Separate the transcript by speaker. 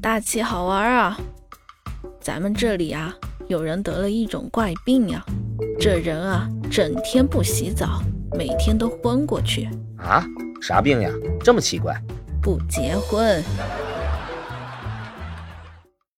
Speaker 1: 大气好玩啊！咱们这里啊，有人得了一种怪病呀、这人啊，整天不洗澡，每天都昏过去，
Speaker 2: 啊，啥病呀？这么奇怪？
Speaker 1: 不结婚，